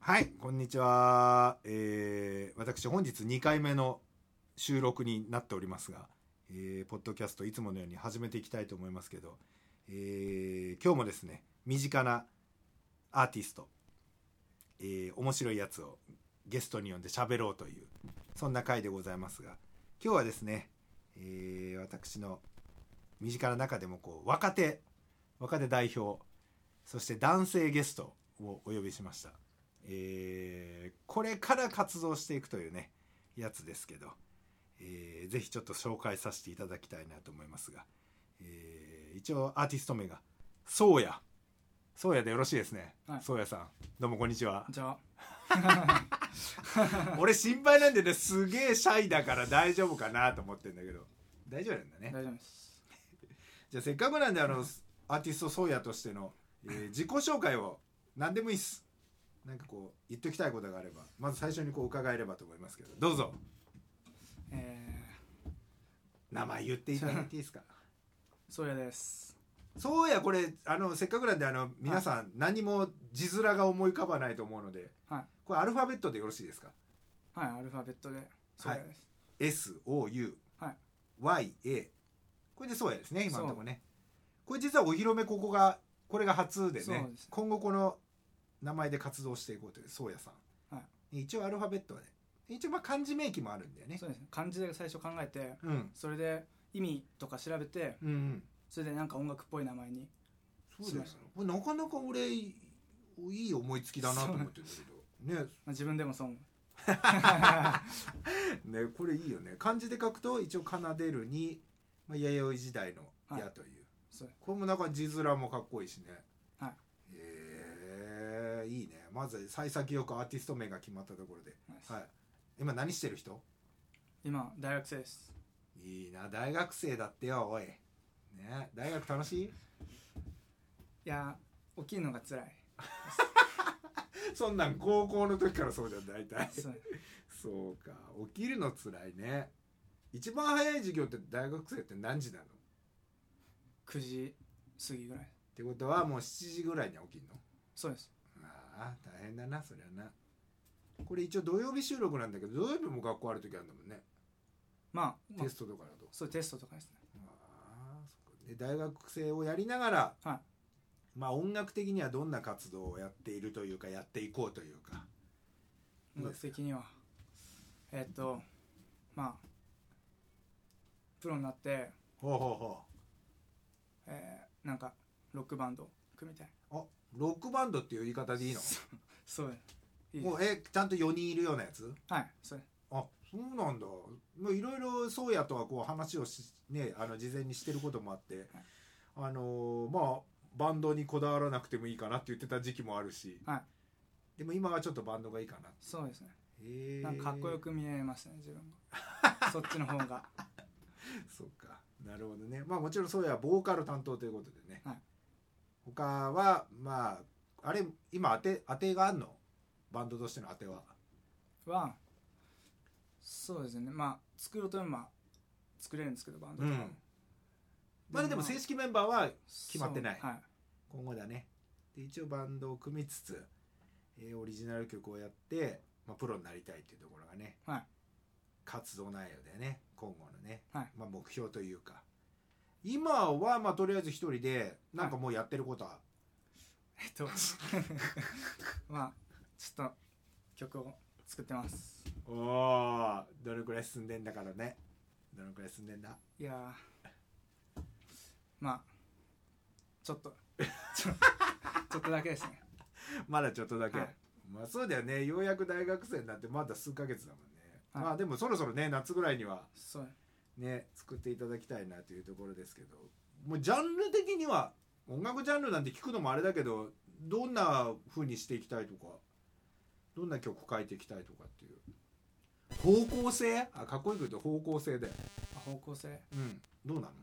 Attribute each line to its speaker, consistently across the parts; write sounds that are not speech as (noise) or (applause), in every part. Speaker 1: はい、こんにちは。えー、私本日2回目の収録になっておりますが、えー、ポッドキャストいつものように始めていきたいと思いますけど、えー、今日もですね、身近なアーティスト、えー、面白いやつをゲストに呼んで喋ろうという、そんな回でございますが、今日はですね、えー、私の身近な中でもこう、若手、若手代表、そして男性ゲストをお呼びしました。えーこれから活動していくというねやつですけど、えーぜひちょっと紹介させていただきたいなと思いますが、えー一応アーティスト名がそうやそうやでよろしいですね、
Speaker 2: はい
Speaker 1: そうやさんどうもこんにちは
Speaker 2: じゃ
Speaker 1: (laughs) 俺心配なんでねすげえシャイだから大丈夫かなと思ってんだけど大丈夫なんだ
Speaker 2: あ
Speaker 1: ね
Speaker 2: 大丈夫です
Speaker 1: じゃあせっかくなんであのアーティストそうやとしての、えー自己紹介を何でもいいっすなんかこう言っときたいことがあればまず最初にこう伺えればと思いますけどどうぞ
Speaker 2: え
Speaker 1: 名前言っていただいていいですか
Speaker 2: ー、そうやです
Speaker 1: そうやこれあのせっかくなんであの皆さん何も字面が思い浮かばないと思うので
Speaker 2: はい
Speaker 1: これアルファベットでよろしいですか
Speaker 2: はいアルファベットでそうやです、
Speaker 1: SOUYA、
Speaker 2: はい
Speaker 1: これでそうやですね今のところねこれ実はお披露目ここがこれが初でね
Speaker 2: そうです
Speaker 1: 今後この名前で活動していこうというそうやさん、
Speaker 2: は
Speaker 1: 一応アルファベットで一応まあ漢字名記もあるんだよね
Speaker 2: そうですね漢字で最初考えて
Speaker 1: うんうん
Speaker 2: それで意味とか調べて
Speaker 1: うん
Speaker 2: それでなんか音楽っぽい名前に
Speaker 1: そうですよこれなかなか俺いい思いつきだなと思ってるんだけどね
Speaker 2: まあ自分でもそう思う
Speaker 1: (laughs) ねこれいいよね漢字で書くと一応奏でるに、まあ、弥生時代の「や」という、
Speaker 2: そう
Speaker 1: これもなんか字面もかっこいいしね
Speaker 2: はい
Speaker 1: へえいいねまず幸先よくアーティスト名が決まったところで、
Speaker 2: です
Speaker 1: はい、今何してる人
Speaker 2: 今大学生です
Speaker 1: いいな大学生だってよおいね大学楽しい
Speaker 2: いやー起きるのが辛い
Speaker 1: (laughs) そんなん高校の時からそうじゃん大体
Speaker 2: そう (laughs)
Speaker 1: そうか起きるのつらいね一番早い授業って大学生って何時なのっ
Speaker 2: 9時過ぎぐらい
Speaker 1: てことはもう7時ぐらいには起きるの
Speaker 2: そうです
Speaker 1: ああ大変だなそりゃなこれ一応土曜日収録なんだけど土曜日も学校ある時あるんだもんね、
Speaker 2: まあ、まあ
Speaker 1: テストとかだと
Speaker 2: そうテストとかですね
Speaker 1: ああそっかで大学生をやりながら、
Speaker 2: は
Speaker 1: まあ音楽的にはどんな活動をやっているというかやっていこうというか
Speaker 2: 音楽的にはえーっとまあプロになって
Speaker 1: ほうほうほ
Speaker 2: えーなんかロックバンド組みたいう
Speaker 1: あロックバンドっていう言い方でいいの
Speaker 2: (laughs) そそうですいいです
Speaker 1: もうえちゃんと4人いるようなやつ
Speaker 2: はいそれ
Speaker 1: あそうなんだまあいろいろそうやとはこう話をし、ね、あの事前にしてることもあって、あのーまあバンドにこだわらなくてもいいかなって言ってた時期もあるし、
Speaker 2: は
Speaker 1: でも今はちょっとバンドがいいかな
Speaker 2: そうですね
Speaker 1: へえ
Speaker 2: なんかかっこよく見えますね自
Speaker 1: (laughs)
Speaker 2: 分がそっちの方が
Speaker 1: そうかなるほどねまあもちろんそうやボーカル担当ということでね、
Speaker 2: はい
Speaker 1: 他はまああれ今当て当てがあんのバンドとしての当ては
Speaker 2: はそうですねまあ作ろうと思えば作れるんですけどバンドとかも
Speaker 1: うんまあでも正式メンバーは決まってない
Speaker 2: そうはい
Speaker 1: 今後だねで一応バンドを組みつつ、えーオリジナル曲をやって、まあ、プロになりたいっていうところがね、
Speaker 2: はい
Speaker 1: 活動内容だよね今後のね、
Speaker 2: はい
Speaker 1: まあ、目標というか今はまあとりあえず一人でなんかもうやってることは、
Speaker 2: え
Speaker 1: (laughs)
Speaker 2: っとまあちょっと曲を作ってます
Speaker 1: おーどのくらい進んでんだからねどのくらい進んでんだ
Speaker 2: いやーまあちょっとちょちょっとだけですね
Speaker 1: まだちょっとだけ、
Speaker 2: はい
Speaker 1: まあそうだよねようやく大学生になってまだ数ヶ月だもんね、
Speaker 2: はい
Speaker 1: まあでもそろそろね夏ぐらいには
Speaker 2: そう
Speaker 1: ね作っていただきたいなというところですけどもうジャンル的には音楽ジャンルなんて聞くのもあれだけどどんな風にしていきたいとかどんな曲書いていきたいとかっていう方向性あかっこよく言うと方向性で
Speaker 2: あ方向性
Speaker 1: うんどうなの、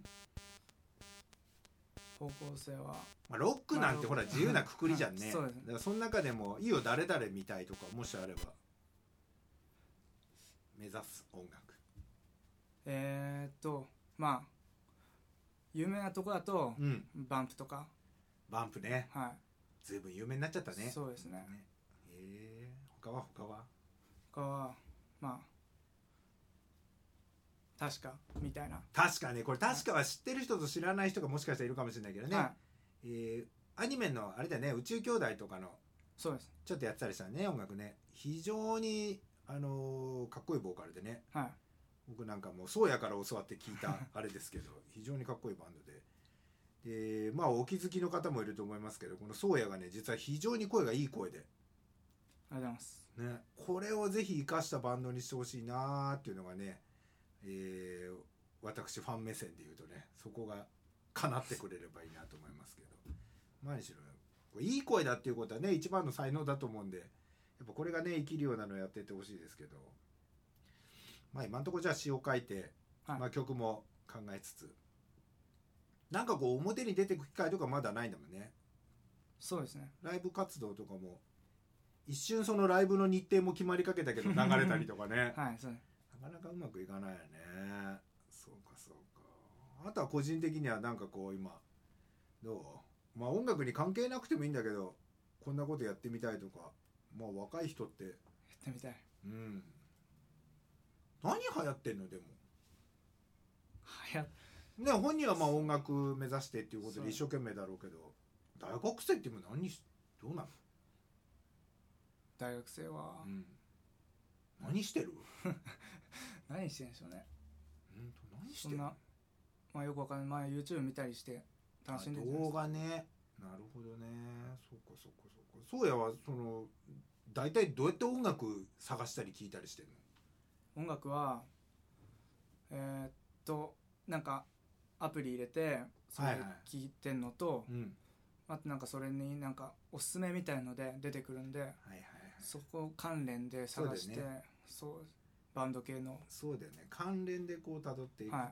Speaker 2: 方向性は
Speaker 1: まあ、ロックなんてほら
Speaker 2: まあロック
Speaker 1: 自由なくくりじゃんね,、
Speaker 2: はいそうですね
Speaker 1: だからその中でもいいよ誰々みたいとかもしあれば目指す音楽
Speaker 2: えー、っとまあ有名なとこだと
Speaker 1: うん
Speaker 2: バンプとか
Speaker 1: バンプね
Speaker 2: は
Speaker 1: 随分有名になっちゃった
Speaker 2: い、
Speaker 1: ね
Speaker 2: そうですね
Speaker 1: ねえー、他は他は
Speaker 2: 他はまあ確かみたいな、
Speaker 1: 確かねこれ確かは知ってる人と知らない人がもしかしたらいるかもしれないけどね、
Speaker 2: はい
Speaker 1: えーアニメのあれだよね宇宙兄弟とかの
Speaker 2: そうです
Speaker 1: ちょっとやってたりしたね音楽ね非常にあのーかっこいいボーカルでね
Speaker 2: はい
Speaker 1: 僕なんかもう宗谷から教わって聞いたあれですけど非常にかっこいいバンドででまあお気づきの方もいると思いますけどこの宗谷がね実は非常に声がいい声で、
Speaker 2: ありがとうございます
Speaker 1: ね、これをぜひ生かしたバンドにしてほしいなーっていうのがね、えー私ファン目線で言うとねそこが叶ってくれればいいなと思いますけど何しろこれいい声だっていうことはね一番の才能だと思うんでやっぱこれがね生きるようなのやってってほしいですけどまあ今のところじゃあ詩を書いて、
Speaker 2: はい
Speaker 1: まあ、曲も考えつつなんかこう表に出てく機会とかまだないんだもんね
Speaker 2: そうですね
Speaker 1: ライブ活動とかも一瞬そのライブの日程も決まりかけ
Speaker 2: (laughs)
Speaker 1: たけど流れたりとかね
Speaker 2: はいそうです
Speaker 1: なかなかうまくいかないよねそうかそうかあとは個人的にはなんかこう今どうまあ音楽に関係なくてもいいんだけどこんなことやってみたいとかまあ若い人って
Speaker 2: やってみたい
Speaker 1: うん何流行ってんのでも
Speaker 2: 流行っ
Speaker 1: ね本人はまあ音楽目指してっていうこと
Speaker 2: そう
Speaker 1: で一生懸命だろうけど大学生って今何しどうなの
Speaker 2: 大学生は
Speaker 1: うん、何してる
Speaker 2: 何してんでしょうね、
Speaker 1: 本当何し
Speaker 2: そ
Speaker 1: て
Speaker 2: ん
Speaker 1: る
Speaker 2: なまあ、よくわかんない前 YouTube 見たりして楽しんでるんじゃない
Speaker 1: 動
Speaker 2: ですか
Speaker 1: 画ねなるほどねそうかそうかそうかそうやはその大体どうやって音楽探したり聞いたりしてんの
Speaker 2: 音楽はえーっとなんかアプリ入れてそ
Speaker 1: は
Speaker 2: れ
Speaker 1: いはい
Speaker 2: 聞いてんのと、
Speaker 1: うん
Speaker 2: あとなんかそれになんかおすすめみたいので出てくるんで
Speaker 1: はいはいはい
Speaker 2: そこ関連で探して
Speaker 1: そ
Speaker 2: そうう,、
Speaker 1: だ
Speaker 2: バンド系の
Speaker 1: そうだよね関連でこう辿っていくっていうね、
Speaker 2: は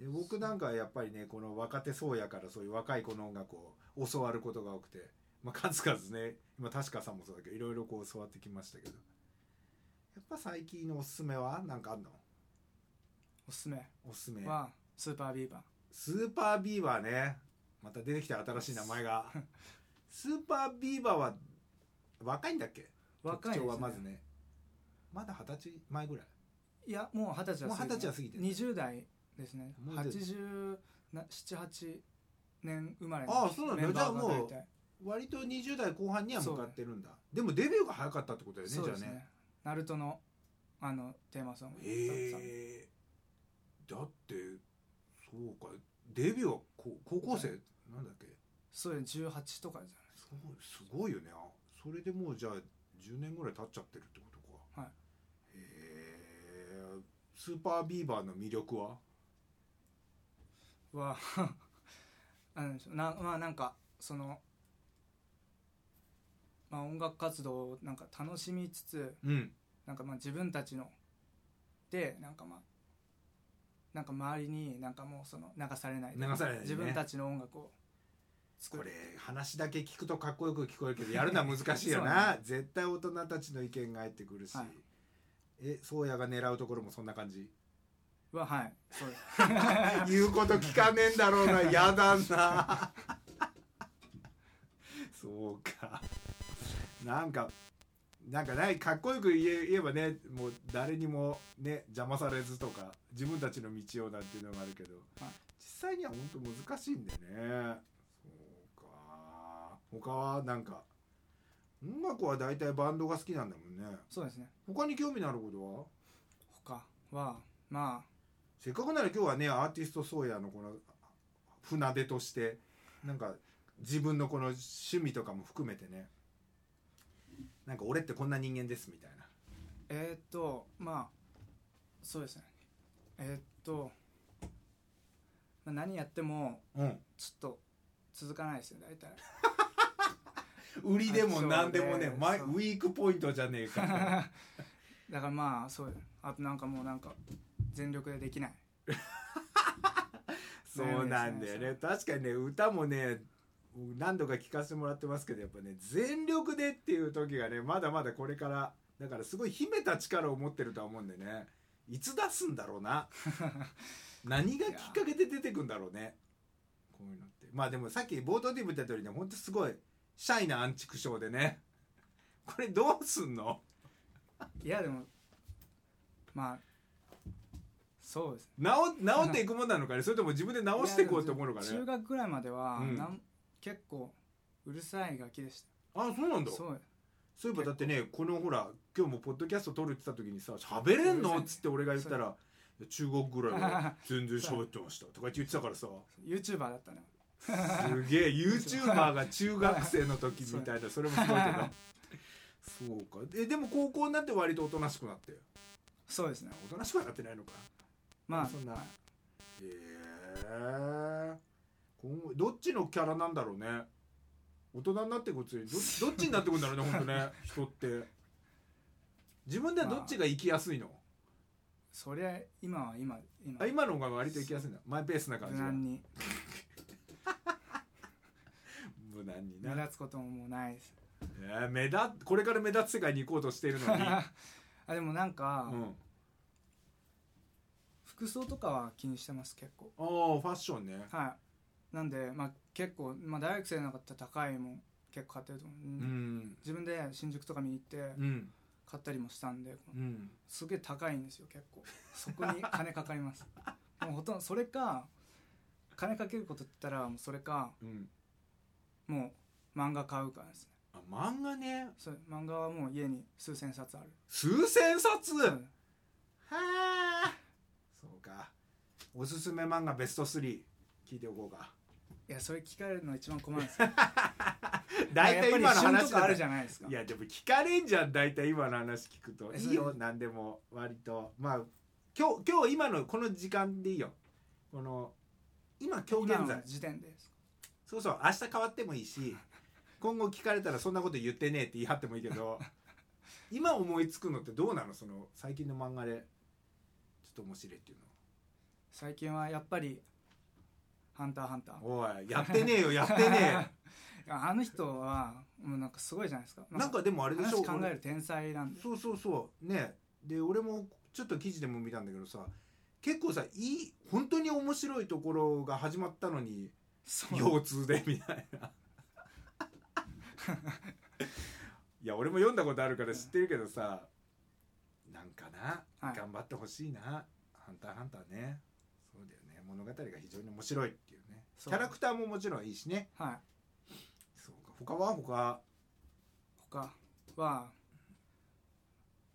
Speaker 1: で僕なんかはやっぱりねこの若手宗やからそういう若い子の音楽を教わることが多くて、まあ、数々ね今確かさんもそうだけどいろいろこう教わってきましたけどやっぱ最近のおすすめはなんかあんの
Speaker 2: おすすめ
Speaker 1: おすすめ
Speaker 2: はスーパービーバー
Speaker 1: スーパービーバーねまた出てきた新しい名前
Speaker 2: (laughs)
Speaker 1: がスーパービーバーは若いんだっけ
Speaker 2: 若いです、
Speaker 1: 特
Speaker 2: ね、
Speaker 1: 徴はまずねまだ二十歳前ぐらい
Speaker 2: いやもう二十歳
Speaker 1: も
Speaker 2: は
Speaker 1: う二十歳は過ぎてる
Speaker 2: 20代ですね
Speaker 1: もう出
Speaker 2: 878年生まれ
Speaker 1: ああそうなんだ
Speaker 2: メンバーが
Speaker 1: じゃあもう
Speaker 2: 大体
Speaker 1: 割と20代後半には向かってるんだでもデビューが早かったってことだよね
Speaker 2: そうです
Speaker 1: じゃあね
Speaker 2: ねナルトのあのテーマソング
Speaker 1: えー、だってそうかデビューはこ高校生なんだっけ
Speaker 2: そうですね18とかじ
Speaker 1: そうすごいよねあそれでもうじゃあ10年ぐらい経っちゃってるってことか
Speaker 2: はい
Speaker 1: へえスーパービーバーの魅力は
Speaker 2: ゃないは (laughs) あのなまあなんかそのまあ音楽活動をなんか楽しみつつ
Speaker 1: うん
Speaker 2: なんかまあ自分たちのでなんかまあなんか周りになんかもうその流されない
Speaker 1: 流されないね
Speaker 2: 自分たちの音楽を作
Speaker 1: こ
Speaker 2: る
Speaker 1: れ話だけ聞くとかっこよく聞こえるけどやるのは難しいよ
Speaker 2: (laughs) そうな
Speaker 1: な、絶対大人たちの意見が入ってくるし、
Speaker 2: はい
Speaker 1: え宗谷が狙うところもそんな感じ
Speaker 2: ははいそ
Speaker 1: (laughs)
Speaker 2: うです
Speaker 1: 言うこと聞かねえんだろう
Speaker 2: (laughs)
Speaker 1: なやだな (laughs) そうかなんかなんかないかっこよく言え言えばねもう誰にもね邪魔されずとか自分たちの道をなんていうのがあるけど、
Speaker 2: はい
Speaker 1: 実際には本当難しいんだよねそうか他はなんか音楽は大体バンドが好きなんだもんね
Speaker 2: そうですね
Speaker 1: 他に興味のあることは
Speaker 2: 他はま
Speaker 1: せっかくなら今日はねアーティスト宗谷のこの船出としてなんか自分のこの趣味とかも含めてねなんか俺ってこんな人間ですみたいな
Speaker 2: あえーっとまあそうですねえーっと、まあ、何やっても
Speaker 1: うん、
Speaker 2: ちょっと続かないですよ大体
Speaker 1: 売りでも何でもね
Speaker 2: そうね
Speaker 1: マイ
Speaker 2: そ
Speaker 1: ウ
Speaker 2: う
Speaker 1: ィークポイントじゃねえか
Speaker 2: だからまあそうあとなんかもうなんか全力でできない
Speaker 1: そうなんだよね確かにね歌もね何度か聴かせてもらってますけどやっぱね全力でっていう時がねまだまだこれからだからすごい秘めた力を持ってるとは思うんでねいつ出すんだろう
Speaker 2: (laughs)
Speaker 1: な何がきっかけで出てくんだろうねこういうのってまあでもさっき冒頭でも言った通りねほんとすごいシャイなアンチクショーでねこれどうすんの
Speaker 2: いやでもまあそうですね
Speaker 1: 直直っていくもんなのかねそれとも自分で直していこうって思うのか
Speaker 2: いやでも
Speaker 1: ね
Speaker 2: 中学ぐらいまでは、
Speaker 1: うん
Speaker 2: なん結構うるさいガキでし
Speaker 1: あそうなん
Speaker 2: た
Speaker 1: だ
Speaker 2: そうです
Speaker 1: そういえばだってねこのほら今日もポッドキャスト撮るって言った時にさ「喋れんの?」っつって俺が言ったら「いや中国ぐらいは全然喋ってました」とかって言ってたからさ
Speaker 2: YouTuber だったね
Speaker 1: すげえ YouTuber が中学生の時みたいなそれもすごいけどそうかえでも高校になって割とおとなしくなって
Speaker 2: そうですね
Speaker 1: おとなしくはなってないのか
Speaker 2: まあ
Speaker 1: そんなへえ今後どっちのキャラなんだろうね大人になっていくつれにどどっちになってくんだろうね本当ね人って自分ではどっちが生きやすいの、
Speaker 2: そりゃ今は今今
Speaker 1: あ、今の方が割と生きやすいんだマイペースな感
Speaker 2: 無
Speaker 1: じが
Speaker 2: 難に
Speaker 1: 無難に
Speaker 2: 目
Speaker 1: な、
Speaker 2: 立つことももうないです
Speaker 1: えー目立これから目立つ世界に行こうとしているのに、
Speaker 2: (laughs) あでもなんか、
Speaker 1: うん、
Speaker 2: 服装とかは気にしてます結構
Speaker 1: ああファッションね
Speaker 2: はいなんで、まあ、結構、まあ、大学生の方高いもん結構買ってると思う、
Speaker 1: うん
Speaker 2: 自分で新宿とか見に行って
Speaker 1: うん
Speaker 2: 買ったりもしたんで、
Speaker 1: うん
Speaker 2: すげえ高いんですよ結構そこに金かかります (laughs) もうほとんどそれか金かけることって言ったらもうそれか
Speaker 1: うん
Speaker 2: もう漫画買うからですね
Speaker 1: あ漫画ね
Speaker 2: それ漫画はもう家に数千冊ある、
Speaker 1: 数千冊
Speaker 2: そう
Speaker 1: はあそうかおすすめ漫画ベスト3聞いておこうか
Speaker 2: いやそれ聞かれるのが一番困るんですよ
Speaker 1: (laughs) 大体今の
Speaker 2: やっぱり旬
Speaker 1: 話
Speaker 2: とかあるじ
Speaker 1: ゃ
Speaker 2: ゃないですか
Speaker 1: いやでも聞かれんじゃん大体今の話聞くと
Speaker 2: え
Speaker 1: いい
Speaker 2: そ
Speaker 1: よ
Speaker 2: れ
Speaker 1: 何でも割とまあ今日今日今のこの時間でいいよこの今今日
Speaker 2: 今
Speaker 1: 現
Speaker 2: の
Speaker 1: 在
Speaker 2: 時点です
Speaker 1: そうそう明日変わってもいいし
Speaker 2: (laughs)
Speaker 1: 今後聞かれたらそんなこと言ってねえって言い張ってもいいけ
Speaker 2: (laughs)
Speaker 1: ど今思いつくのってどうなのその最近の漫画でちょっと面白いっていうの
Speaker 2: 最近はやっぱり「ハンターハンター
Speaker 1: おいやってねえよやって
Speaker 2: (laughs)
Speaker 1: ねえよ」
Speaker 2: あの人はもうなんかすごいじゃないですか
Speaker 1: なんかでもあれでしょ
Speaker 2: 話考える天才なん
Speaker 1: 俺
Speaker 2: で
Speaker 1: そうそうそうねで俺もちょっと記事でも見たんだけどさ結構さいい本当に面白いところが始まったのに
Speaker 2: そう
Speaker 1: 腰痛でみたい
Speaker 2: (laughs)
Speaker 1: ないや俺も読んだことあるから知ってるけどさなんかな、
Speaker 2: はい
Speaker 1: 頑張ってほしいな「ハンターハンターね」そうだよね物語が非常に面白いっていうねキ
Speaker 2: そう
Speaker 1: ャラクターももちろんいいしね
Speaker 2: はい
Speaker 1: そうか他は他
Speaker 2: 他は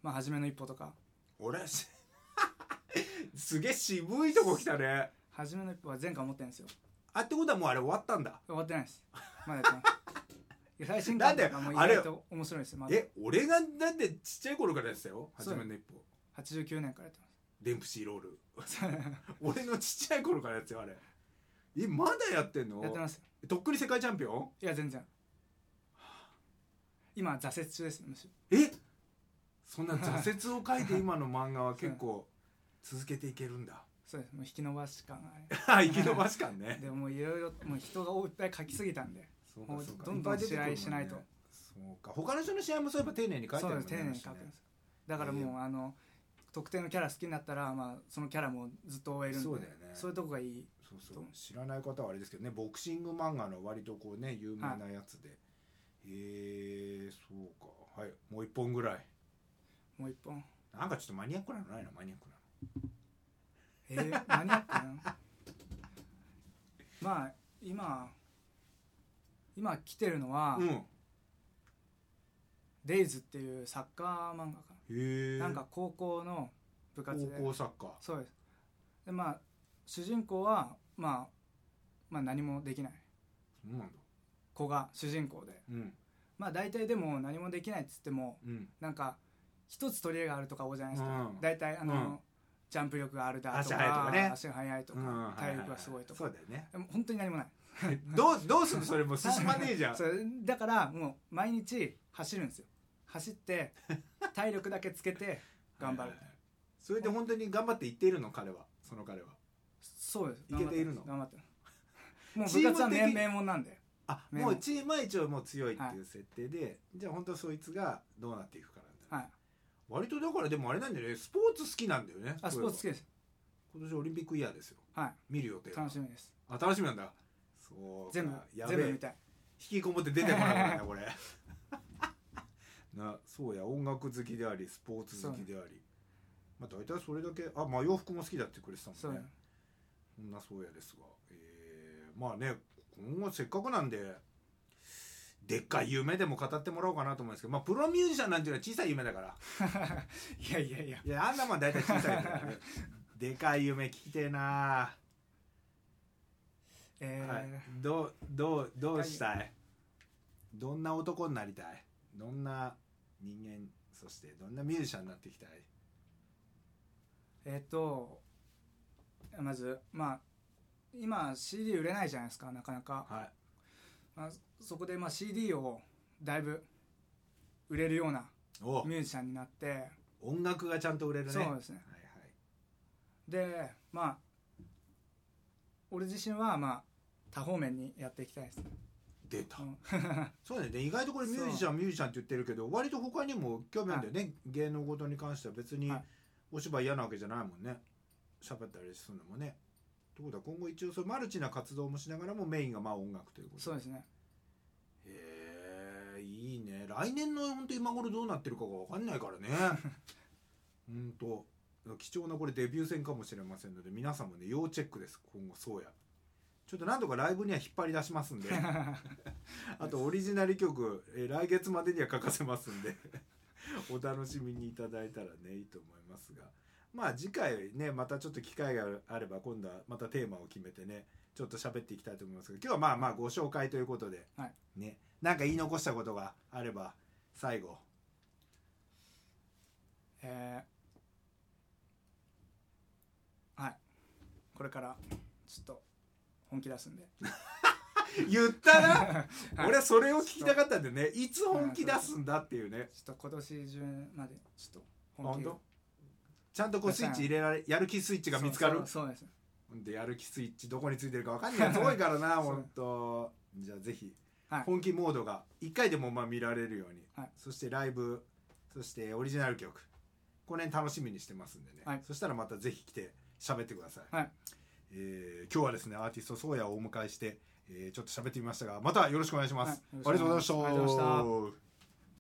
Speaker 2: まあ初めの一歩とか
Speaker 1: 俺し (laughs) すげえ渋いとこ来たね
Speaker 2: 初めの一歩は前回持ってるんですよ
Speaker 1: あってことはもうあれ終わったんだ
Speaker 2: 終わってないです
Speaker 1: (laughs)
Speaker 2: まだやってますいや最新刊とかも意
Speaker 1: なんであれ
Speaker 2: 外と面白いですよまだ
Speaker 1: え俺がだってちっちゃい頃からですよ初
Speaker 2: そう
Speaker 1: めの一歩
Speaker 2: 89年からやって
Speaker 1: デンプシーロール
Speaker 2: ます
Speaker 1: 俺のちっちゃい頃からですよあれえまだやってんの
Speaker 2: やってますよ
Speaker 1: とっくに世界チャンピオン
Speaker 2: いや全然今挫折中ですむしろ
Speaker 1: えそんな挫折を書い
Speaker 2: (laughs)
Speaker 1: て今の漫画は結構続けていけるんだ (laughs)
Speaker 2: そうですもう引き伸ばし感があ
Speaker 1: あ生き延ばし感
Speaker 2: れ
Speaker 1: ね
Speaker 2: (laughs) でもういろいろもう人がいっぱい書きすぎたんで
Speaker 1: そう
Speaker 2: も
Speaker 1: か
Speaker 2: う
Speaker 1: そうか
Speaker 2: どんどん
Speaker 1: いっぱい出てくるもね
Speaker 2: 試合しないと
Speaker 1: そうか他の人の試合もそういえば丁寧に書いて
Speaker 2: そ
Speaker 1: る
Speaker 2: う
Speaker 1: もん
Speaker 2: で
Speaker 1: ね
Speaker 2: す丁寧に書くんですだからもう、あの特定のキャラ好きになったら、まあ、そのキャラもずっと追えるんで
Speaker 1: そうだよね
Speaker 2: そういうとこがいい
Speaker 1: そうそ
Speaker 2: ど
Speaker 1: う
Speaker 2: う
Speaker 1: 知らない方はあれですけどねボクシング漫画の割とこうね有名なやつで、へえそうかはいもう一本ぐらい
Speaker 2: もう一本
Speaker 1: なんかちょっとマニアックなのないのマニアックな
Speaker 2: えー、マニアックな (laughs) まあ今今来てるのは、
Speaker 1: のうん
Speaker 2: デイズっていうサッカー漫画か
Speaker 1: へえ
Speaker 2: ななんか高校の部活で
Speaker 1: 高校サッカー
Speaker 2: そうですでまあ主人公は、まあ、まあ何もできない
Speaker 1: そうなんだ
Speaker 2: 子が主人公で
Speaker 1: うん
Speaker 2: まあ大体でも何もできないっつっても
Speaker 1: うん
Speaker 2: なんか一つ取り柄があるとか多いじゃないですか、
Speaker 1: うん
Speaker 2: 大体あの、
Speaker 1: うん
Speaker 2: ジャンプ力があるだと
Speaker 1: 足
Speaker 2: か
Speaker 1: が速いとかね
Speaker 2: 足が速いとか、
Speaker 1: うん
Speaker 2: 体力がすごいとか、
Speaker 1: そうだよね
Speaker 2: でも本当に何もない
Speaker 1: どうどうするそれもう進まねえじゃん
Speaker 2: (laughs) それだからもう毎日走るんですよ
Speaker 1: (laughs)
Speaker 2: 走って体力だけつけて頑張る
Speaker 1: それで本当に頑張っていっているの彼はその彼は
Speaker 2: そうです
Speaker 1: いけているの
Speaker 2: 頑張ってます
Speaker 1: チー
Speaker 2: 頑
Speaker 1: ム
Speaker 2: 張ってますもう部活は
Speaker 1: 的
Speaker 2: 名名門なんで
Speaker 1: あ
Speaker 2: ね
Speaker 1: もうチームは一応もう強いっていう設定で、じゃあ本当そいつがどうなっていくかなんだ、
Speaker 2: はい
Speaker 1: 割とだからでもあれなんだよねスポーツ好きなんだよね
Speaker 2: あスポーツ好き
Speaker 1: き
Speaker 2: です
Speaker 1: 今年オリンピックイヤーですよ
Speaker 2: は
Speaker 1: 見る予定
Speaker 2: い楽しみです
Speaker 1: あ楽しみなんだそうか
Speaker 2: 全部
Speaker 1: やべ
Speaker 2: 全
Speaker 1: え
Speaker 2: 部見たい (laughs)
Speaker 1: 引きこもって出てこないからねこれなそうや音楽好きでありスポーツ好きであり、まあ、大体それだけあまあ洋服も好きだってくれてた
Speaker 2: そう
Speaker 1: もん
Speaker 2: ね
Speaker 1: ねそんなそうやですが、えーまあね今後せっかくなんででっかい夢でも語ってもらおうかなと思うんですけど、まあ、プロミュージシャンなんていうのは小さい夢だから
Speaker 2: いやいやいや
Speaker 1: いやあんなもん大体小さい夢だ
Speaker 2: (laughs)
Speaker 1: からねでかい夢聞きてえなあ
Speaker 2: えー
Speaker 1: はい、どうどうどうしたいどんな男になりたいどんな人間そしてどんなミュージシャンになっていきたい
Speaker 2: えっ、とまずまあ今 CD 売れないじゃないですかなかなか、
Speaker 1: はい
Speaker 2: まあ、そこでまあ CD をだいぶ売れるような
Speaker 1: お
Speaker 2: ミュージシャンになって
Speaker 1: 音楽がちゃんと売れるね
Speaker 2: そう
Speaker 1: はいは
Speaker 2: ですね
Speaker 1: い
Speaker 2: でまあ俺自身はまあ多方面にやっていきたいです、
Speaker 1: 出た、
Speaker 2: うん
Speaker 1: そうだよね意外とこれミュージシャンミュージシャンって言ってるけど割と他にも興味あるんだよね、芸能事に関しては別に
Speaker 2: はい
Speaker 1: お芝居嫌なわけじゃないもんね喋ったりするのもねってことは今後一応そうマルチな活動もしながらもメインがまあ音楽ということ
Speaker 2: そうですね (laughs)
Speaker 1: へえいいね来年の本当今頃どうなってるかが分かんないから
Speaker 2: (laughs)
Speaker 1: ねうんと貴重なこれデビュー戦かもしれませんので皆さんもね要チェックです今後そうやちょっと何とかライブには引っ張り出しますんであとオリジナル曲、えー来月までには書かせますんで (laughs) お楽しみにいただいたらねいいと思いますがまあ次回ねまたちょっと機会があれば今度はまたテーマを決めてねちょっと喋っていきたいと思いますが今日はまあまあご紹介ということで、
Speaker 2: はい
Speaker 1: ねなんか言い残したことがあれば最後 (laughs)
Speaker 2: えーはいこれからちょっと本気出すんで
Speaker 1: 言ったな
Speaker 2: はい
Speaker 1: 俺はそれを聞きたかったんでねいつ本気出すんだっていうね
Speaker 2: ちょっと今年中までちょっと
Speaker 1: あ
Speaker 2: 本
Speaker 1: 本
Speaker 2: 気
Speaker 1: 当ちゃんとこうスイッチ入れられやる気スイッチが見つかる
Speaker 2: そうそうそうですね
Speaker 1: でやる気スイッチどこについてるか分かんないすごいから
Speaker 2: (laughs)
Speaker 1: な本当じゃあぜひ、
Speaker 2: はい
Speaker 1: 本気モードが1回でもまあ見られるように、
Speaker 2: はい
Speaker 1: そしてライブそしてオリジナル曲この辺楽しみにしてますんでね、
Speaker 2: はい
Speaker 1: そしたらまたぜひ来て喋ってください、
Speaker 2: はい
Speaker 1: えー今日はですねアーティストそうやをお迎えして、えーちょっと喋ってみましたがまたよろしくお願いします、
Speaker 2: はいよ
Speaker 1: あ
Speaker 2: ろ
Speaker 1: り
Speaker 2: しく
Speaker 1: が
Speaker 2: お
Speaker 1: とうご
Speaker 2: 願いします
Speaker 1: ざいました